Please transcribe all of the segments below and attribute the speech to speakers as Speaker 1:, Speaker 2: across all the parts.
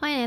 Speaker 1: 来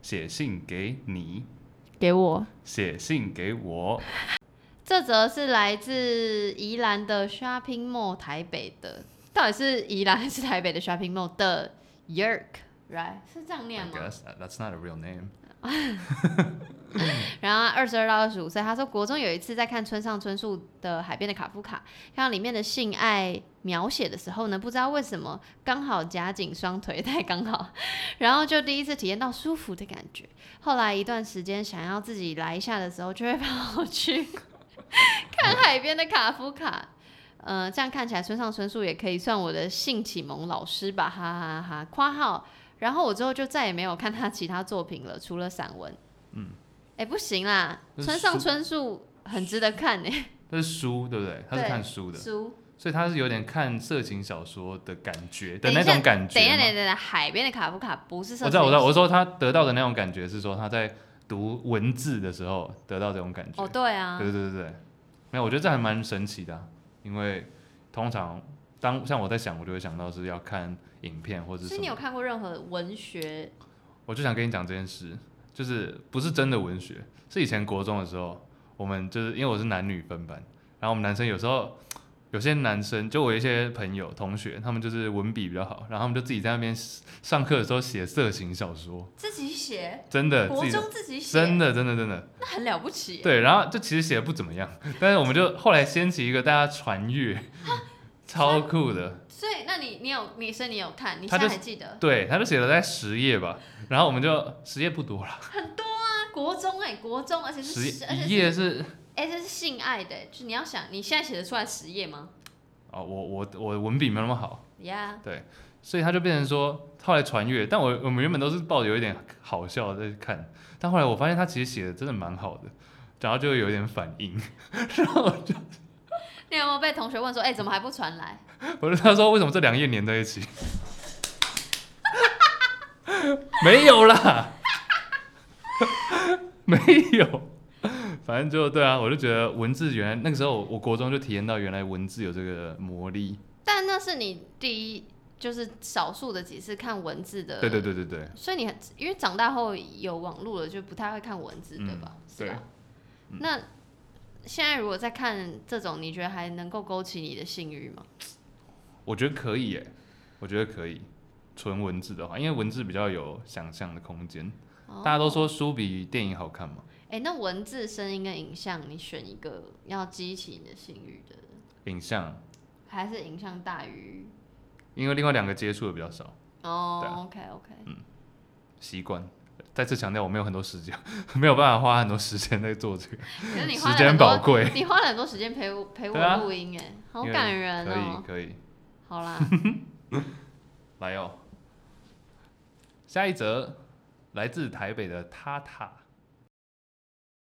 Speaker 2: 写信给你，
Speaker 1: 给我
Speaker 2: 写信给我，
Speaker 1: 这则是来自宜兰的 Shopping Mall 台北的，到底是宜兰还是台北的 Shopping Mall 的 Yerk？Right 是这样念
Speaker 2: I
Speaker 1: 吗？
Speaker 2: guess that's not a real name。
Speaker 1: 然后二十二到二十五岁，他说国中有一次在看村上春树的《海边的卡夫卡》，看到里面的性爱描写的时候呢，不知道为什么刚好夹紧双腿 太刚好，然后就第一次体验到舒服的感觉。后来一段时间想要自己来一下的时候，就会跑去 看海边的卡夫卡。呃，这样看起来村上春树也可以算我的性启蒙老师吧，哈哈哈！括号，然后我之后就再也没有看他其他作品了，除了散文。哎、不行啦，
Speaker 2: 嗯那
Speaker 1: 村
Speaker 2: 是
Speaker 1: 上
Speaker 2: 书
Speaker 1: 春树很值得看呢、
Speaker 2: 这是书，对不对？他是
Speaker 1: 对
Speaker 2: 看 书的，
Speaker 1: 书。
Speaker 2: 所以他是有点看色情小说的感觉的
Speaker 1: 等一
Speaker 2: 那
Speaker 1: 下
Speaker 2: 种感觉
Speaker 1: 等一下，
Speaker 2: 嘛
Speaker 1: 等一下，等一下，海边的卡夫卡不是色
Speaker 2: 我知道，
Speaker 1: 情
Speaker 2: 我知道，我说他得到的那种感觉是说他在读文字的时候得到这种感觉。
Speaker 1: 哦，对啊，
Speaker 2: 对对对对，没有，我觉得这还蛮神奇的啊、因为通常当像我在想，我就会想到是要看影片或者
Speaker 1: 所
Speaker 2: 什
Speaker 1: 以你有
Speaker 2: 么，
Speaker 1: 看过任何文学？
Speaker 2: 我就想跟你讲这件事，就是不是真的文学，是以前国中的时候，我们就是因为我是男女分班，然后我们男生有时候。有些男生，就我有一些朋友、同学，他们就是文笔比较好，然后他们就自己在那边上课的时候写色情小说，
Speaker 1: 自己写，
Speaker 2: 真的，自
Speaker 1: 国
Speaker 2: 己的
Speaker 1: 中自己写，
Speaker 2: 真的，真的，真的，
Speaker 1: 那很了不起耶。
Speaker 2: 对，然后就其实写的不怎么样，但是我们就后来掀起一个大家传阅，
Speaker 1: 啊
Speaker 2: 超酷的。
Speaker 1: 所以，那你你有你，所以你有看，你
Speaker 2: 他
Speaker 1: 现在
Speaker 2: 就
Speaker 1: 还记得？
Speaker 2: 对，他就写了在十页吧，然后我们就十页不多了，
Speaker 1: 啊，国中哎、国中，而且是
Speaker 2: 十
Speaker 1: 十，而
Speaker 2: 页
Speaker 1: 且
Speaker 2: 一
Speaker 1: 是
Speaker 2: 页是
Speaker 1: 哎、这是性爱的、就你要想，你现在写得出来十页吗
Speaker 2: 哦，我我我文笔没有那么好，
Speaker 1: ？Yeah，
Speaker 2: 所以他就变成说后来传阅，但我我们原本都是抱着有一点好笑在看，但后来我发现他其实写的真的蛮好的，然后就有点反应， 然后我就
Speaker 1: 你有没有被同学问说，哎、怎么还不传来？
Speaker 2: 我就他说为什么这两页连在一起？ 没有啦， 没有，反正就对啊，我就觉得文字原来那个时候我，我国中就体验到原来文字有这个魔力。
Speaker 1: 但那是你第一，就是少数的几次看文字的。
Speaker 2: 对对。对对对，
Speaker 1: 所以你很因为长大后有网络了，就不太会看文字，
Speaker 2: 嗯
Speaker 1: 对吧？是
Speaker 2: 对嗯
Speaker 1: 吧？那现在如果再看这种，你觉得还能够勾起你的性欲吗？
Speaker 2: 我觉得可以耶，我觉得可以。纯文字的话，因为文字比较有想象的空间。大家都说书比电影好看嘛，
Speaker 1: 哎、那文字、声音跟影像，你选一个要激起你的性欲的，
Speaker 2: 影像，
Speaker 1: 还是影像大于？
Speaker 2: 因为另外两个接触的比较少，对啊
Speaker 1: 哦、o k OK，
Speaker 2: 习惯。再次强调，我没有很多时间， 没有办法花很多时间在做这个，
Speaker 1: 可是你花
Speaker 2: 时
Speaker 1: 了
Speaker 2: 间
Speaker 1: 很多
Speaker 2: 宝，贵。
Speaker 1: 你花了很多时间陪我陪
Speaker 2: 对啊
Speaker 1: 我录音，哎、好
Speaker 2: 因为
Speaker 1: 感人
Speaker 2: 可以
Speaker 1: 哦、
Speaker 2: 可以，
Speaker 1: 好啦，
Speaker 2: 来哦。下一则来自台北的塔塔，